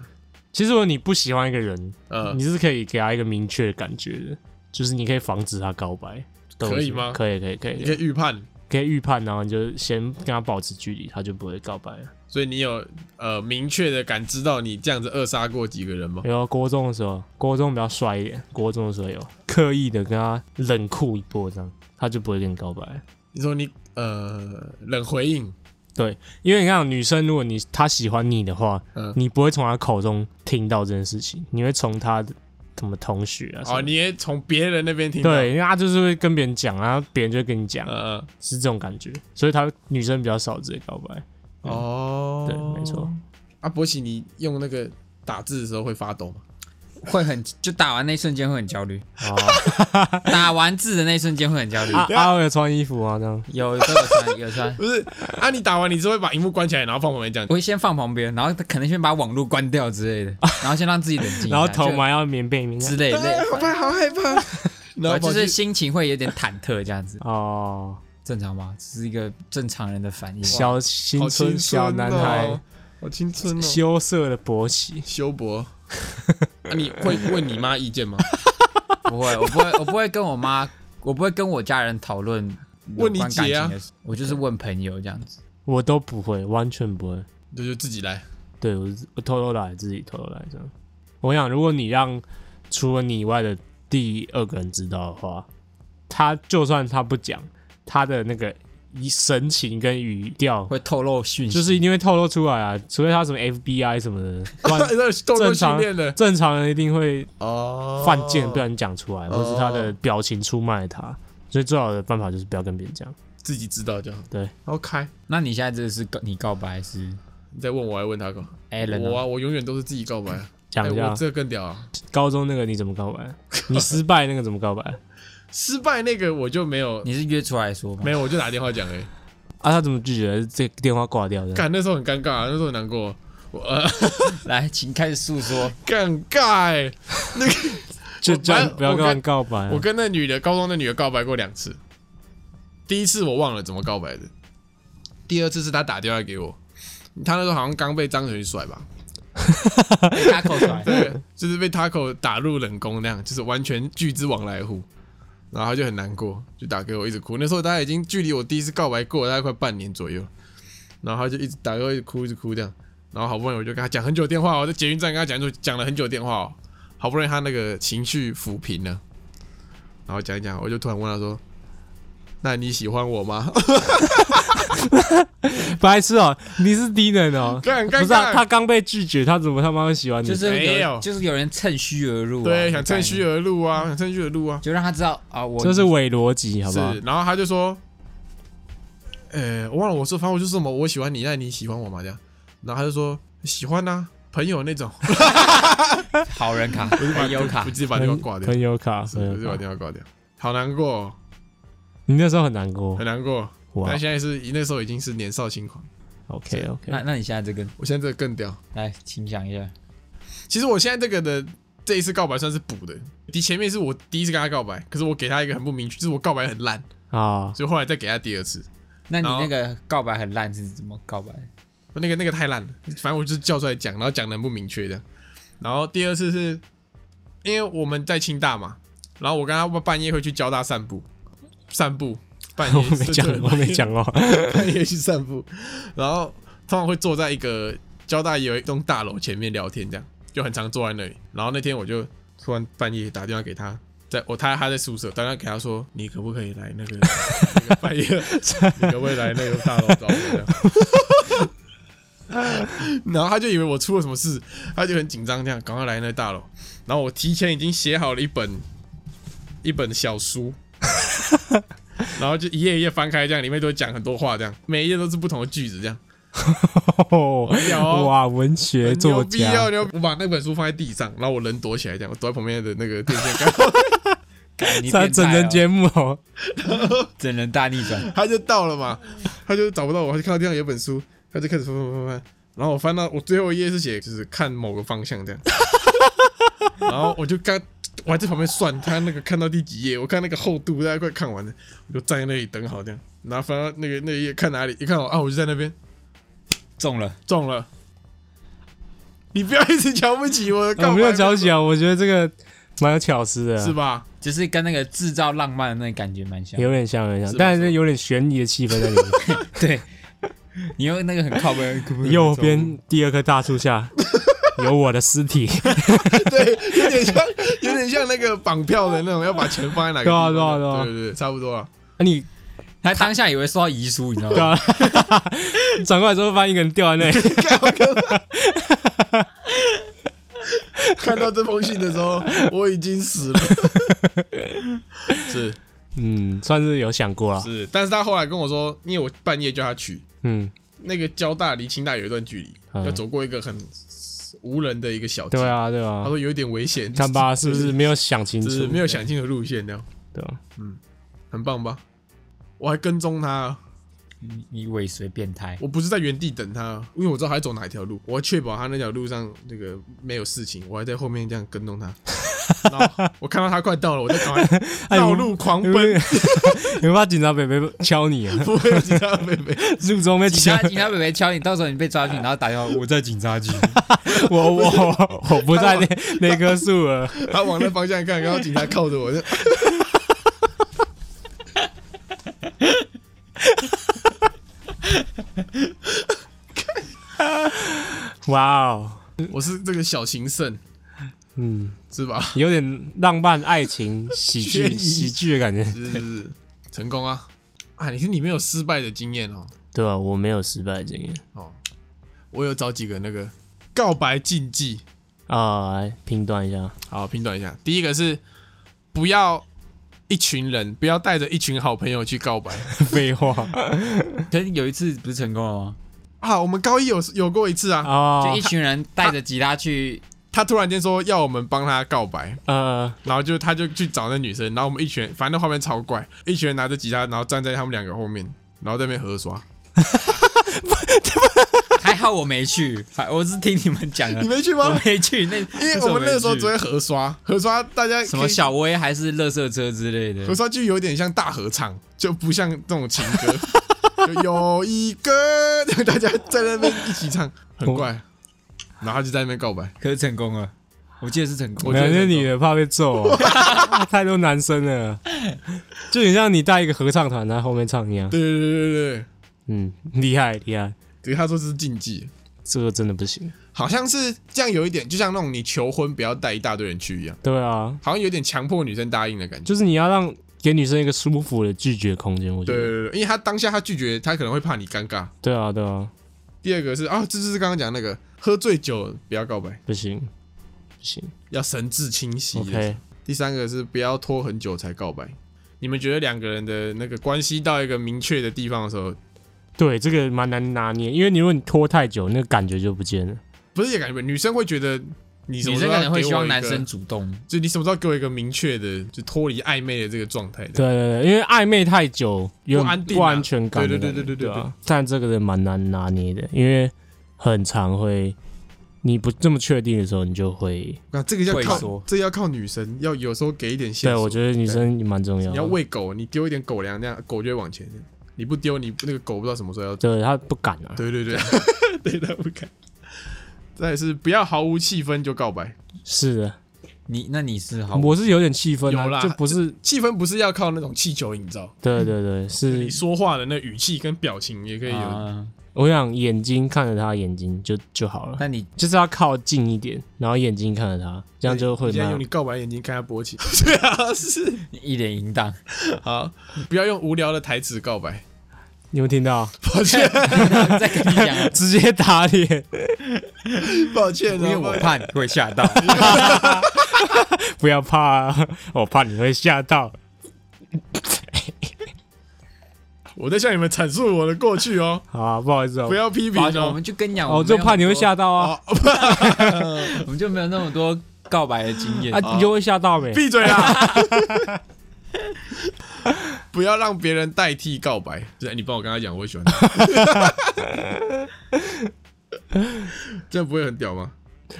其实如果你不喜欢一个人，
呃
你，是可以给他一个明确的感觉的，就是你可以防止他告白，对
可以吗
可以可以可以
你可以预判，
可以预判，然后你就先跟他保持距离，他就不会告白了。
所以你有呃明确的感知到你这样子扼杀过几个人吗？
有啊国中的时候，国中比较帅一点，国中的时候有刻意的跟他冷酷一波，这样他就不会跟你告白了。
你说你呃冷回应，
因为你看女生，如果你她喜欢你的话，
嗯
你不会从她口中听到这件事情，你会从她的什么同学啊什么
哦，你也从别人那边听到，
对，因为她就是会跟别人讲，然后别人就会跟你讲，
呃，
是这种感觉，所以她女生比较少直接告白。嗯
哦，
对，没错。。
啊，博喜，你用那个打字的时候会发抖吗？
会很就打完那一瞬间会很焦虑，
哦
打完字的那一瞬间会很
*laughs*
焦虑。
啊啊！我有穿衣服啊，这样
有都有穿有穿， *laughs*
不是啊，你打完你是会把荧幕关起来，然后放旁边这样
我。会先放旁边，然后可能先把网络关掉之
*laughs*
类的，然后先让自己冷静
啊
一下，
然后头
就
埋到棉被里面。
之类
哎
的，
好怕，好害怕。 *laughs* 然后
对就
跑去
是心情会有点忐忑这样子，
哦，
正常吧？这是一个正常人的反应。
小青
好
春
青
小
春
男
哦
孩，
好青春哦。
羞涩的勃起。
修
*laughs*
博，啊，你会问你妈意见吗？ *laughs*
不会，我不会，我不会跟我妈，我不会跟我家人讨论有
问你
关感
姐啊
情的事，我就是问朋友这样子。
我都不会，完全不会。
就就自己来。
对我是，我偷偷来，自己偷偷来这样。我想，如果你让除了你以外的第二个人知道的话，他就算他不讲，他的那个以神情跟语调，
会透露讯息，
就是一定会透露出来啊。除非他什么 FBI 什么的，
*laughs*
不然
那动作
正
训
常
练的
正常人一定会
哦，
犯贱，不然讲出来，或是他的
哦
表情出卖他。所以最好的办法就是不要跟别人讲。
自己知道就好。
对
，OK，
那你现在这是告你告白还是
你再问我，还问他干嘛？
Alan？
我
啊
啊，我永远都是自己告白啊。哎，
讲一下
我这个更屌啊！
高中那个你怎么告白？你失败那个怎么
*laughs*
告白？啊
失败那个我就没有，
你是约出来说吗？
没有，我就打电话讲哎。
啊，他怎么拒绝？这个电话挂掉的。
干那时候很尴尬啊，那时候很难过，我呃
来，请开始诉 *laughs* 说。
尴尬哎。
就
我
这样
反
不要
我
跟
跟
他告白、啊
我。跟那女的，高中那女的告白过两次。第一次我忘了怎么告白的，第二次是她打电话给我，她那时候好像刚被张学甩吧，
大口甩，
*laughs* 对，就是被 Taco 打入冷宫那样，就是完全拒之往来户，然后他就很难过，就打给我一直哭。那时候大概已经距离我第一次告白过了大概快半年左右，然后他就一直打给我，一直哭，一直哭这样。然后好不容易我就跟他讲很久电话哦，我在捷运站跟他讲就讲了很久电话哦，好不容易他那个情绪抚平了，然后讲一讲，我就突然问他说：“那你喜欢我吗
白痴哦、你是低能
*laughs*
哦、？”
干
不
干
是啊，他
干，
刚被拒绝，他怎么他妈会喜欢你？
就是
没
有
有
就是有人趁虚而入啊，
对，想趁虚
而
而入
嗯
啊，想趁虚而入啊。
就让他知道啊，我
这是伪逻辑，好不好
是，？然后他就说，呃，我忘了我说，反正我就说什么我喜欢你，那你喜欢我吗？这样，然后他就说喜欢呐、朋友那种，
*laughs*
好人卡，
把
朋友卡
*laughs* 我，直接把电话挂掉
朋，友卡，
是
朋
我就
友
把
卡。
电话挂掉，好难过哦，
你那时候很难过
很，难过。哦
哇
但现在是那时候已经是年少轻狂，
，OK
那
OK，
那你现在这个
我现在这个更屌。
来，请讲一下，
其实我现在这个的这一次告白算是补的，第前面是我第一次跟他告白，可是我给他一个很不明确，就是我告白很烂，
啊，
所以后来再给他第二次。
那你
然后
那个告白很烂是怎么告
*laughs*
白？
那个那个太烂了，反正我就是叫出来讲，然后讲的很不明确的。然后第二次是因为我们在清大嘛，然后我跟他半夜会去交大散步，散步半夜
*laughs* 我没讲，我没，讲
*laughs*
哦。
对半夜去散步，然后通常会坐在一个交大有一栋大楼前面聊天，这样就很常坐在那里。然后那天我就突然半夜打电话给他。在我他他在宿舍，打电话给他说：“你可不可以来那个那个半夜？你可不可以来那个大楼找我这样？” *laughs* 然后他就以为我出了什么事，他就很紧张，这样赶快来那大楼。然后我提前已经写好了一本一本小书，然后就一页一页翻开，这样里面都会讲很多话，这样每一页都是不同的句子，这样屌哦
哇，文学
很牛
作
逼啊哦要
家，
牛！我把那本书放在地上，然后我人躲起来，这样我躲在旁边的那个电线杆， *laughs*
干你
他
变态
整
哦
人节目哦，
整人大逆转，
他就到了嘛，他就找不到我，他就看到地上有本书，他就开始翻翻翻翻，然后我翻到我最后一页是写就是看某个方向这
*laughs*
样，然后我就刚我还在旁边算他那个看到第几页，我看那个厚度大概快看完了，我就站在那里等好这样，然后翻到那个那一页看哪里，一看我啊我就在那边
中了，
中了。你不要一直瞧不起我，
我没有瞧起啊，我觉得这个蛮有巧思的啊，
是吧？
就是跟那个制造浪漫的那个感觉蛮像。
有点像，有点像
是，吧
但是有点悬疑的气氛
*laughs*
在里面。
对，你用那个很靠 *laughs* 背，可不可以
右边第二棵大树下
*laughs*
有我的尸体， *laughs* 啊
对，有点像，有点像那个绑票的那种，要把钱放在哪个地方？
对啊对啊对啊
对对，差不多啊。
啊你
他当下以为收到遗书，你知道
对
吗？
啊， *laughs* 转过来之后发现一个人掉在那里，
看到这封信的时
*laughs*
候，我已经死了。是
*laughs* 嗯，算是有想过了，
是，但是他后来跟我说，因为我半夜叫他去，
嗯，
那个交大离清大有一段距离，
嗯
要走过一个很无人的一个小径。
对，啊，对
他
啊，
说有一点危险，
看吧，是不是没有想清
只
楚？
是没有想清楚路线，这样
对啊，
很棒吧？我还跟踪他，啊
你你尾随变态，
我不是在原地等他，因为我知道他在走哪一条路，我要确保他那条路上那个没有事情，我还在后面这样跟踪他。然后我看到他快到了，我就赶快绕路狂
有没
奔，
有有没有怕警察北北敲你 *laughs* 啊？
*laughs* 不会有其他妹妹。
路中被
警
敲
*laughs* 察，警察北北敲你，到时候你被抓去，然后打电话，我在警察局，
*laughs* 我我我我不在那 *laughs* 那棵树了，
他往那方向看，然后警察靠着我，就
哇哦，哦
我是这个小情圣，
嗯，
是吧？
有点浪漫爱情喜
悬疑
剧喜剧的感觉，
是是是，成功啊！啊，你是里面有失败的经验哦。
对啊，我没有失败的经验
哦，我有找几个那个告白禁忌，
啊，来评断一下，
好评断一下。第一个是不要一群人，不要带着一群好朋友去告白
*laughs* 废话
*laughs* 可是有一次不是成功了吗？
啊。我们高一有有过一次啊，
啊，
就一群人带着吉他去，
他突然间说要我们帮他告白，
呃，
然后就他就去找那女生，然后我们一群人，反正那画面超怪，一群人拿着吉他，然后站在他们两个后面，然后在那边合刷。
还好我没去，还我是听你们讲的
你，没去
呃 *laughs* 我
吗？
没去。那
*laughs* 因为我们那时候只会合刷，合刷大家
什
可
么
以
小薇还是乐色车之类的
合，唱就有点像大合唱，就不像这种情歌。 *laughs* 就有一个 *laughs* 大家在那边一起唱，很怪。
哦
然后他就在那边告白，
可是成功了，我记得是成
我
功。
觉
没
得
有，那
很
女的怕被揍啊、 *laughs* 太多男生了，就很像你带一个合唱团在后面唱一样。
对对对对对，
嗯，厉害厉害，
对他说这是禁忌，
这个真的不行。
好像是这样，有一点就像那种你求婚不要带一大堆人去一样，
对啊，
好像有点强迫女生答应的感觉。
就是你要让给女生一个舒服的拒绝空间，我觉
对对
得。
对，对因为他当下他拒绝，他可能会怕你尴尬。
对啊对啊，
第二个是啊，这就是刚刚讲那个喝醉酒不要告白，
不行不行。
要神志清晰。
OK，
第三个是不要拖很久才告白。你们觉得两个人的那个关系到一个明确的地方的时候，
对，这个蛮难拿捏，因为你如果你拖太久，那个感觉就不见了。
不是也感觉女生会觉得你什
女
么时
生
候
可
要
能会
给我
希望
一
男
个
生，主动，
就你什么时候给我一个明确的，就脱离暧昧的这个状态的。
对对对，因为暧昧太久，有
不安定啊
不安全感的
对
感
对
觉。
对对对对
啊。但这个人蛮难拿捏的，因为很常会，你不这么确定的时候，你就会。
那、这个要
退
靠
缩，
这个要靠女生，要有时候给一点线
对，
索。
我觉得女生也蛮重要
你
的。
要喂狗，你丢一点狗粮，那样狗就会往前。你不丢，你那个狗不知道什么时候要。
对她不敢啊。
*laughs* 对对
*laughs*
对，对他不敢。再来是不要毫无气氛就告白，
是的，
你那你是好，
我是有点气愤
有
啊，
啦
就不是。
气氛不是要靠那种气球营造，
对对对，是
你说话的那语气跟表情也可以有。
啊
我想眼睛看着她眼睛就就好了，
哎
那你
就是要靠近一点，然后眼睛看着她，这样就会
哎你现在
蛮
用你告白眼睛看他勃起。 *laughs* 对啊，是
你一脸淫荡， *laughs*
好，不要用无聊的台词告
*laughs*
白。
你有没有听到？
抱歉，
再跟你
*laughs*
啊
讲，啊
直接打脸，
抱歉
因
啊，
为我怕你会吓到。
不要怕啊，我怕你会吓到。
我在向你们阐述我的过去哦，
好啊，不好意思哦
不，要批评
抱歉，我
哦。
们就跟你讲，
哦，
我
就
们没有
怕你会
那么
吓到啊，
哦
多，我们就没有那么多告白的经验。
哦
啊，你就会吓到没？
闭嘴啦！ *laughs* 不要让别人代替告白。就是你帮我跟他讲，我会喜欢他。 *laughs* 这样不会很屌吗？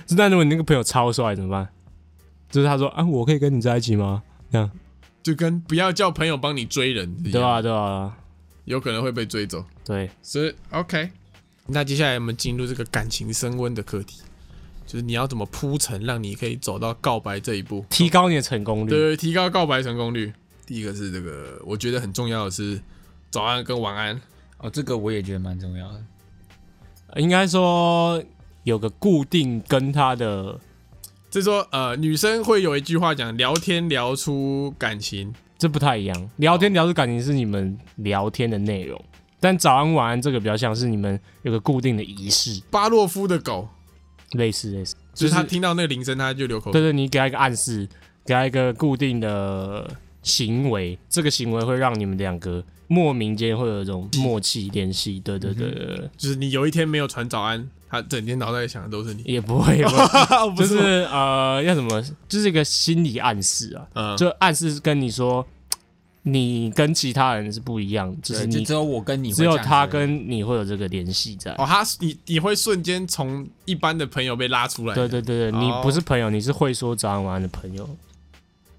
那如果你那个朋友超帅怎么办？就是他说啊，我可以跟你在一起吗？这样
就跟不要叫朋友帮你追人一样，
对啊，对啊，
有可能会被追走。
对，
是 OK。那接下来我们进入这个感情升温的课题，就是你要怎么铺陈，让你可以走到告白这一步，
提高你的成功率。
对，提高告白成功率。嗯第一个是这个，我觉得很重要的是早安跟晚安，
哦，这个我也觉得蛮重要的。
应该说有个固定跟他的
就是说呃，女生会有一句话讲，聊天聊出感情，
这不太一样。聊天聊出感情是你们聊天的内容，但早安晚安这个比较像是你们有个固定的仪式，
巴洛夫的狗，
类似类似。
就是他听到那个铃声，他就流口
对
水。
对，你给他一个暗示，给他一个固定的行为，这个行为会让你们两个莫名间会有一种默契联系。对对对对，对
就是你有一天没有传早安，他整天脑袋里想的都是你，
也不会，也不会
不
*laughs* 就是是
我
呃，要怎么，就是一个心理暗示啊，
嗯，
就暗示跟你说，你跟其他人是不一样，就是
对就
你
只有我跟你，
只有他。跟你会有这个联系在。
哦，他你你会瞬间从一般的朋友被拉出来，
对对对对，你不是朋友，你是会说早安晚安的朋
哦
友。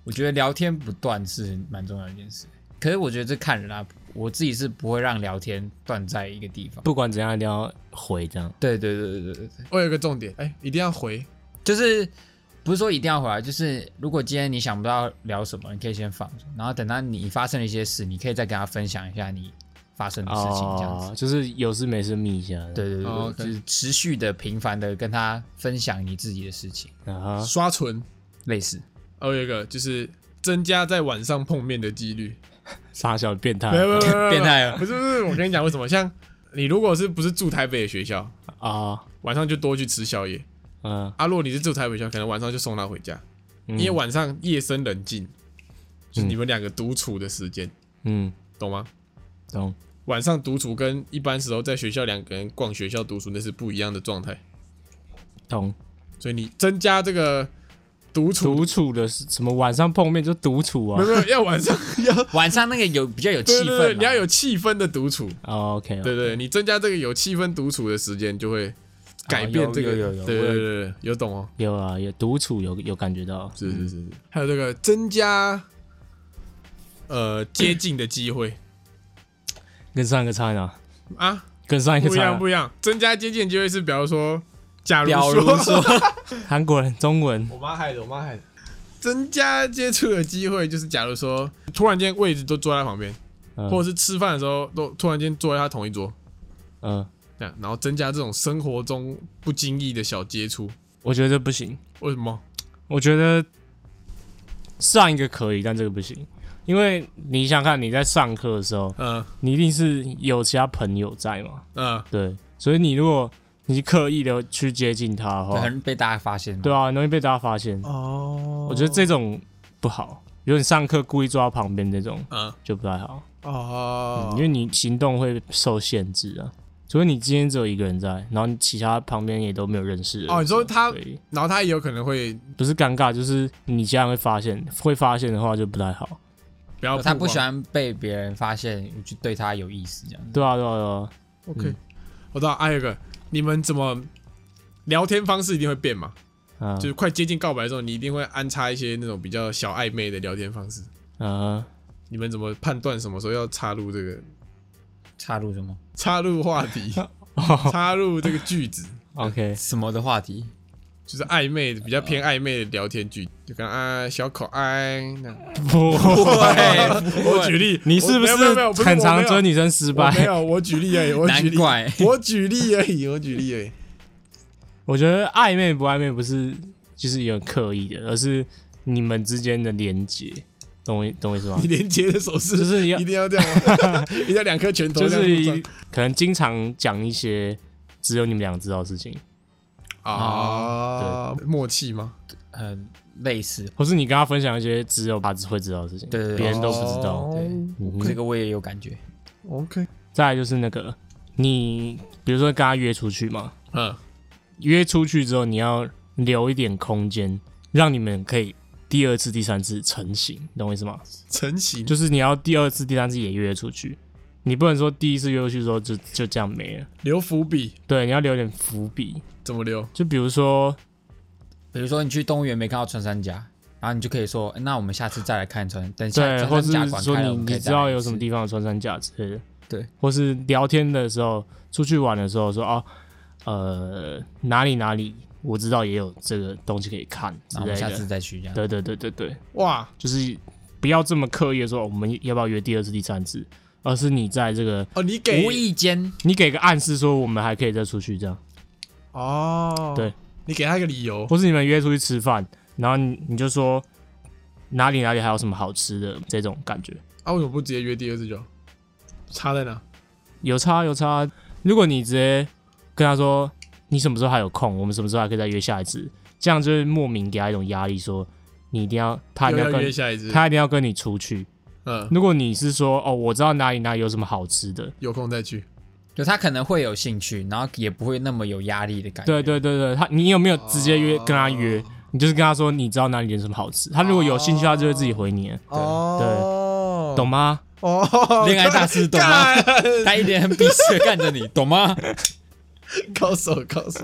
我觉得聊天不断是蛮重要的一件事，可是我觉得这看人啊，我自己是不会让聊天断在一个地方。
不管怎样一定要回这样。
对对对对对对，
我有一个重点，哎、一定要回，
就是不是说一定要回来，就是如果今天你想不到聊什么，你可以先放着，然后等到你发生了一些事，你可以再跟他分享一下你发生的事情，这样子。
哦，就是有事没事密一下。
对对对对
哦，OK
就是持续的、频繁的跟他分享你自己的事情。
啊哈，
刷存，
*laughs*
类似，
还有一个就是增加在晚上碰面的几率。
傻小啊 *laughs* 变态
没有没有没有没有
变态了
不是不是，我跟你讲为什么？像你如果是不是住台北的学校，
啊，
晚上就多去吃宵夜。
嗯，
啊，如果你是住台北学校，可能晚上就送他回家，
嗯
因
因为晚上夜深人静，就是
嗯
你们两个独处的时间，
嗯
懂吗？
懂
晚上独处跟一般时候在学校两个人逛学校独处那是不一样的状态，
懂
所以你增加这个独处，
独处的是什么？晚上碰面就独处
没有
啊
没有要晚
*laughs*
上要
晚上那个有比较有
对
气
对
氛啊
对，
嘛，
你要有气氛的独处，
哦？OK，
对对，你增加这个有气氛独处的时间，就会改
哦
变
有
这个，
有有有
对
我
对
有
对对，有懂哦，
有啊，有独处有有感觉到，
是
嗯
是是，是还有这个增加呃接近的机会
跟上一个差呢，
啊，
跟上一
*laughs*
个
不一
差
样
哪
不一样，增加接近的机会是，比方说，假如
比如
说， *laughs*
说
韩国人中文
我妈害的，我妈害的，增加接触的机会就是，假如说突然间位置都坐在她旁边，
嗯
或者是吃饭的时候都突然间坐在他同一桌，
嗯，
这样，然后增加这种生活中不经意的小接触，
我觉得这不行，
为什么？
我觉得上一个可以，但这个不行，因为你想看你在上课的时候，
嗯
你一定是有其他朋友在嘛，
嗯，
对，所以你如果你刻意的去接近他的话，
很被大家发现嘛，
对啊，很容易被大家发现。
哦
我觉得这种不好，有点上课故意坐他旁边这种
嗯
就不太好，
哦
嗯因为你行动会受限制啊。除非你今天只有一个人在，然后你其他旁边也都没有认识的人
哦你说他
所以
然后他也有可能会
不是尴尬，就是你家人会发现，会发现的话就不太好。
不要
他不
曝光
喜欢被别人发现，就对他有意思这样。
对啊，对啊，对啊，
OK，、我知道。还、有一个，你们怎么聊天方式一定会变嘛？
嗯
就是快接近告白的时候，你一定会安插一些那种比较小暧昧的聊天方式。啊
嗯，
你们怎么判断什么时候要插入这个
插入什么
插入话
*laughs*
题、插入这个句子？ *laughs*
OK，
什么的话题？
就是暧昧的，比较偏暧昧的聊天句，就跟啊小可爱那样。
*laughs* 不，
*laughs* 我举例，
你是不
我没有没有没有
是
不是
很常追
你？
女生失
我没
败？
有，我举例而已，我举例
难，怪
我举例而已，我举例而已。
*laughs* 我觉得暧昧不暧昧不是就是有刻意的，而是你们之间的连接，懂我懂我意思吗
你？连接的手势
就是要
一定要这样
*laughs*
吗，一定要两颗拳头
就
这样
是
子
可能经常讲一些只有你们俩知道的事情，哦
啊，默契吗？
很类似，
或是你跟他分享一些只有他只会知道的事情，
对对对
别人都不知道。
哦
对
嗯
这
哼
个我也有感觉。
OK，
再来就是那个，你比如说跟他约出去嘛，
嗯，
约出去之后你要留一点空间，让你们可以第二次、第三次成型，懂我意思吗？
成型
就是你要第二次、第三次也约出去，你不能说第一次约出去之后就就这样没了。
留伏笔
对，你要留点伏笔，
怎么留？
就比如说，
比如说你去动物园没看到穿山甲，然后你就可以说，诶那我们下次再来看穿，等下
对，或
穿山
是
甲馆
说
开了，
你
我们可以
你知
再来
道
一
有
次
什么地方有穿山甲之类的，
对，
或是聊天的时候，出去玩的时候说哦，呃，哪里哪里，我知道也有这个东西可以看之
然后我
类
们下次
的，
再去这样。
对对对对对，
哇，
就是不要这么刻意的说我们要不要约第二次、第三次，而是你在这个
哦，你给
无意间，
你给个暗示说我们还可以再出去这样，
哦，
对，
你给他一个理由
或是你们约出去吃饭，然后你你就说哪里哪里还有什么好吃的这种感觉。
啊？为什么不直接约第二次就好？差在哪？
有差有差。如果你直接跟他说你什么时候还有空，我们什么时候还可以再约下一次，这样就是莫名给他一种压力说你一定要他一
又
定
要
要跟
约下一次，
他一定要跟你出去。
嗯，
如果你是说哦，我知道哪里哪里有什么好吃的，
有空再去。
就他可能会有兴趣，然后也不会那么有压力的感觉。
对对对对，他你有没有直接约
哦
跟他约？你就是跟他说你知道哪里有什么好吃，他如果有兴趣，他就会自己回你了，
哦
懂吗？
哦
恋爱大师懂吗？他一脸很鄙视的看着你，懂吗？
高手高手，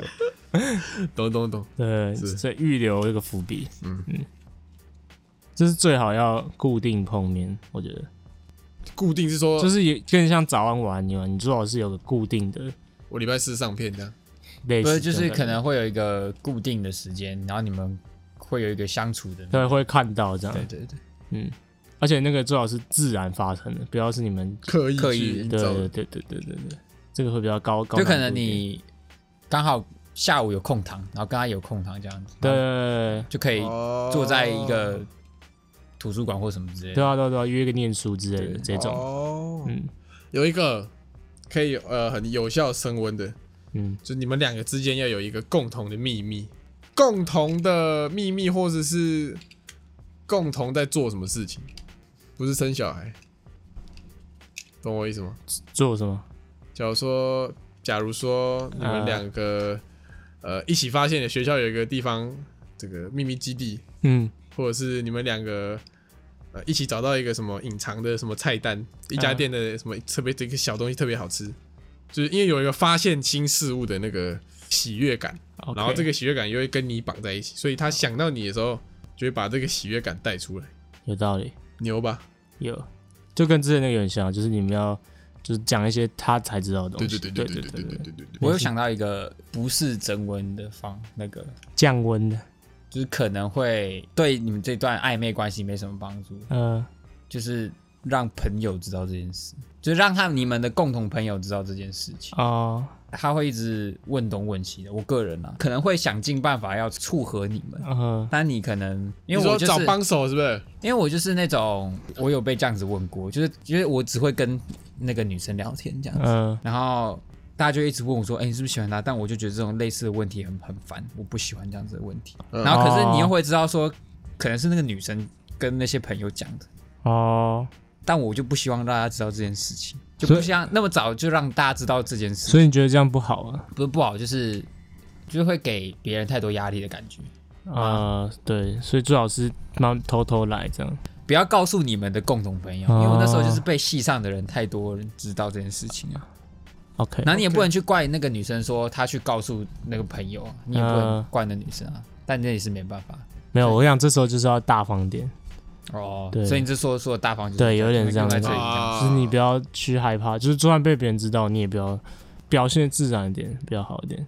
懂懂懂，
对，
是
所以预留这个伏笔。嗯嗯，这是最好要固定碰面，我觉得。
固定是说，
就是有更像早安晚安一样，你最好是有个固定的
我礼拜四上片这样。
类
不
似
是，
的感觉，
就是可能会有一个固定的时间，然后你们会有一个相处的。
对会看到这样，
对对对，
嗯，而且那个最好是自然发生的，不要是你们
刻意
刻
去
意
营
对
造的
对对对对对对，这个会比较高高，
就可能你刚好下午有空堂，然后跟他有空堂这样子，
对对，对
就可以
哦
坐在一个图书馆或什么之类
对
的。
对啊对啊对啊，约个念书之类的这种，
哦，
嗯
有一个可以呃很有效升温的，
嗯，
就你们两个之间要有一个共同的秘密，共同的秘密或者是共同在做什么事情，不是生小孩，懂我意思吗？
做什么？
假如说，假如说你们两个呃一起发现了学校有一个地方这个秘密基地，
嗯，
或者是你们两个呃一起找到一个什么隐藏的什么菜单，一家
嗯
店的什么特别这个小东西特别好吃，就是因为有一个发现新事物的那个喜悦感，然后这
个
个喜悦感又会跟你绑在一起，所以他想到你的时候，就会把这个喜悦感带出来，
有道理，
牛吧？
有，就跟之前那个有点像，就是你们要就是讲一些他才知道的
对
东
对
西，
对
对
对对对
对
对对对对对，
我有想到一个不是整文的方那个，
降温的，
就是可能会对你们这段暧昧关系没什么帮助，
嗯，
就是让朋友知道这件事，就是让他你们的共同朋友知道这件事情。
哦，
他会一直问东问西的。我个人啊，可能会想尽办法要撮合你们。
嗯，
但你可能
你
因为
说
我就是
找帮手是不是？
因为我就是那种我有被这样子问过，就是就是我只会跟那个女生聊天这样子，
嗯，
然后大家就一直问我说，哎、你是不是喜欢她？但我就觉得这种类似的问题很很烦，我不喜欢这样子的问题。
嗯
然后可是你又会知道说，可能是那个女生跟那些朋友讲的，
哦，
但我就不希望大家知道这件事情，就
所以
不想那么早就让大家知道这件事情。
所以你觉得这样不好啊？
不是不好，就是就是会给别人太多压力的感觉。
啊，对，所以最好是慢偷偷来这样，
不要告诉你们的共同朋友，
哦
因为我那时候就是被系上的人太多人知道这件事情
哎
了。
OK，
然后你也不能去怪那个女生说她去告诉那个朋友啊，你也不能怪那女生啊，但这也是没办法
没有，我想这时候就是要大方点，
哦
对
所以你这说说的大方就是
对有点
这样
这样
在这里这样。
啊
就是你不要去害怕，就是就算被别人知道，你也不要表现得自然一点，比较好一点。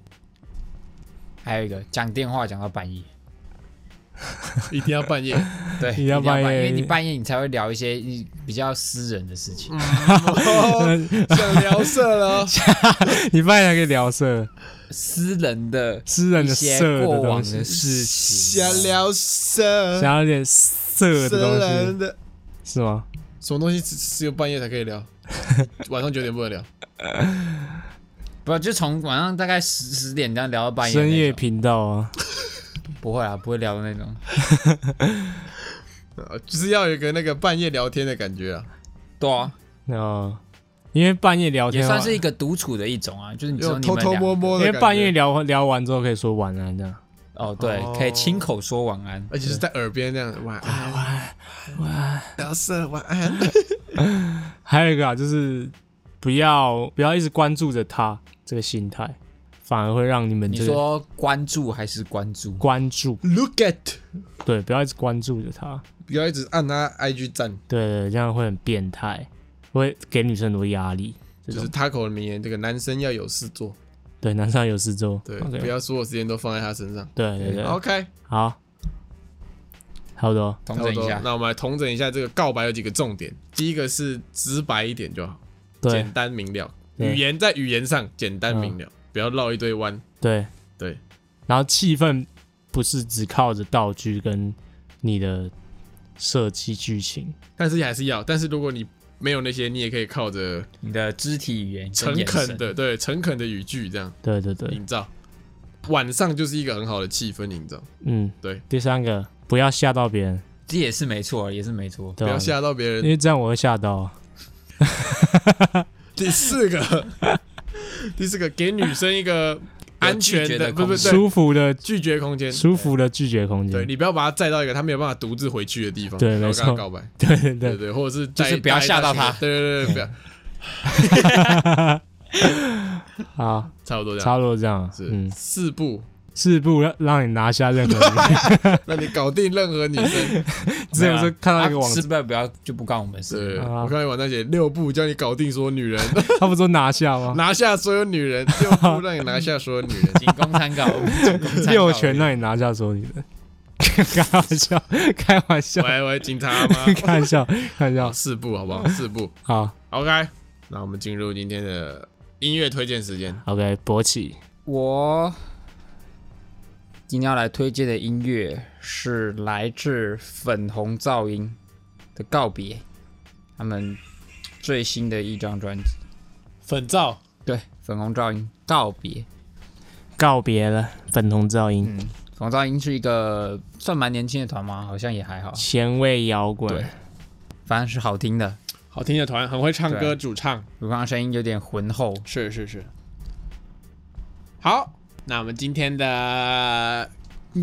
还有一个讲电话讲到半夜，
一定要半夜。
对，
*laughs* 你要
一定
半夜
因为你半夜你才会聊一些你比较私人的事情。
嗯
哦想聊色了哦，
*laughs* 你半夜可以聊色，
私人的
私人
一
的
些
色的
过往
东西，
的事情啊，
想聊色，
想要点色的
私人
东西
的
是吗？
什么东西只只有半夜才可以聊，晚上九点不能聊。
不就从晚上大概十十点这样聊到半夜那
深
种？
夜频道啊，
不会啊，不会聊的那种。
呃就是要有一个那个半夜聊天的感觉啊，
对啊，
那哦因为半夜聊
也
天的话
算是一个独处的一种啊，就是你只有
又
你
偷
们
偷
俩
摸摸的
因为
感觉
半夜，聊聊完之后可以说晚安这样。
哦，对，
哦
可以亲口说晚安。
而且是在耳边这样晚安，晚安，聊色，晚安。
还有一个啊，就是不要不要一直关注着他这个心态，反而会让你们
你
这个
说关注还是关注？
关注，
Look at，
对，不要一直关注着他，
不要一直按他 IG 赞，
对对，对这样会很变态，会给女生很多压力。这
就
种
是 Taco 的名言，这个男生要有事做，
对，男生有事做，
对
OK
不要所有时间都放在他身上。
对哦对对，
OK，
好，差不多，
统
差不
整一
多
下，，
那我们来统整一下这个告白有几个重点。第一个是直白一点就好，
对
简单明了，
对嗯
语言在语言上简单明了，不要绕一堆弯。
对
对，
然后气氛不是只靠着道具跟你的设计剧情，
但是还是要，但是如果你没有那些，你也可以靠着
你的肢体语言、
诚恳，的，对，诚恳的语句这样
对对对，
营造。晚上就是一个很好的气氛营造，
嗯，
对。
第三个，不要吓到别人，
这也是没错，也是没错。
对
不
啊吧
要？吓到别
因
人。
为这样我会吓到。
第四个， *laughs* 第四个，给女生一个安全
拒绝
的，
的
不不
空间
对，
舒服的
拒绝空间。
舒服的拒绝空
对
间。
你不要把她载到一个她没有办法独自回去的地方，
对
然后
没
跟她
错
告白，
对对
对
对，
对，或者是
就是
带
不要
带
吓到
她去
她
对对
*laughs*
对，不要，
好，
差不多这样，
差不多这样。
啊是
嗯，
四步，
四步让让你拿下任何
啊
人，
让你搞定任何女
*laughs*
生。
只有是看到一个网
啊，是，不要不要就不关我们事。
对，
啊
我看网上写六步教你搞定所有女人，
他不说拿下吗？
拿下所有女人，六步让你拿下所有女
*laughs*
人。
仅供参考，我们仅供参考
六拳让你拿下所有女人，开玩笑，开玩笑，
喂喂，警察吗？
*laughs* 开玩笑，开
好
玩笑。
四步好不好？四步
好
，OK。那我们进入今天的音乐推荐时间。
，OK，勃起，
我今天要来推荐的音乐是来自粉红噪音的《告别》，他们最新的一张专辑。
粉皂，
对，粉红噪音《告别》。
告别了粉红噪音，
粉红噪音是一个算蛮年轻的团吗？好像也还好，
前卫摇
对
滚，
反正是好听的。
好听的团，很会唱歌，
对
主唱
我刚刚声音有点浑厚， *laughs*
是是是。好，那我们今天的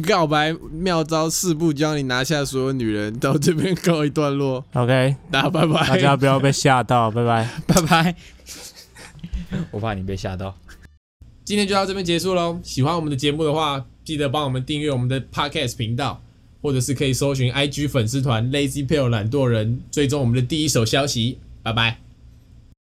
告白妙招四步教你拿下所有女人，到这边告一段落，
，OK，
大家拜拜，
大家不要被吓到，拜拜。
拜拜。我怕你被吓到。
今天就到这边结束喽。喜欢我们的节目的话，记得帮我们订阅我们的 Podcast 频道，或者是可以搜寻 IG 粉丝团 Lazy p a l e 懒惰人，追踪我们的第一手消息。拜拜。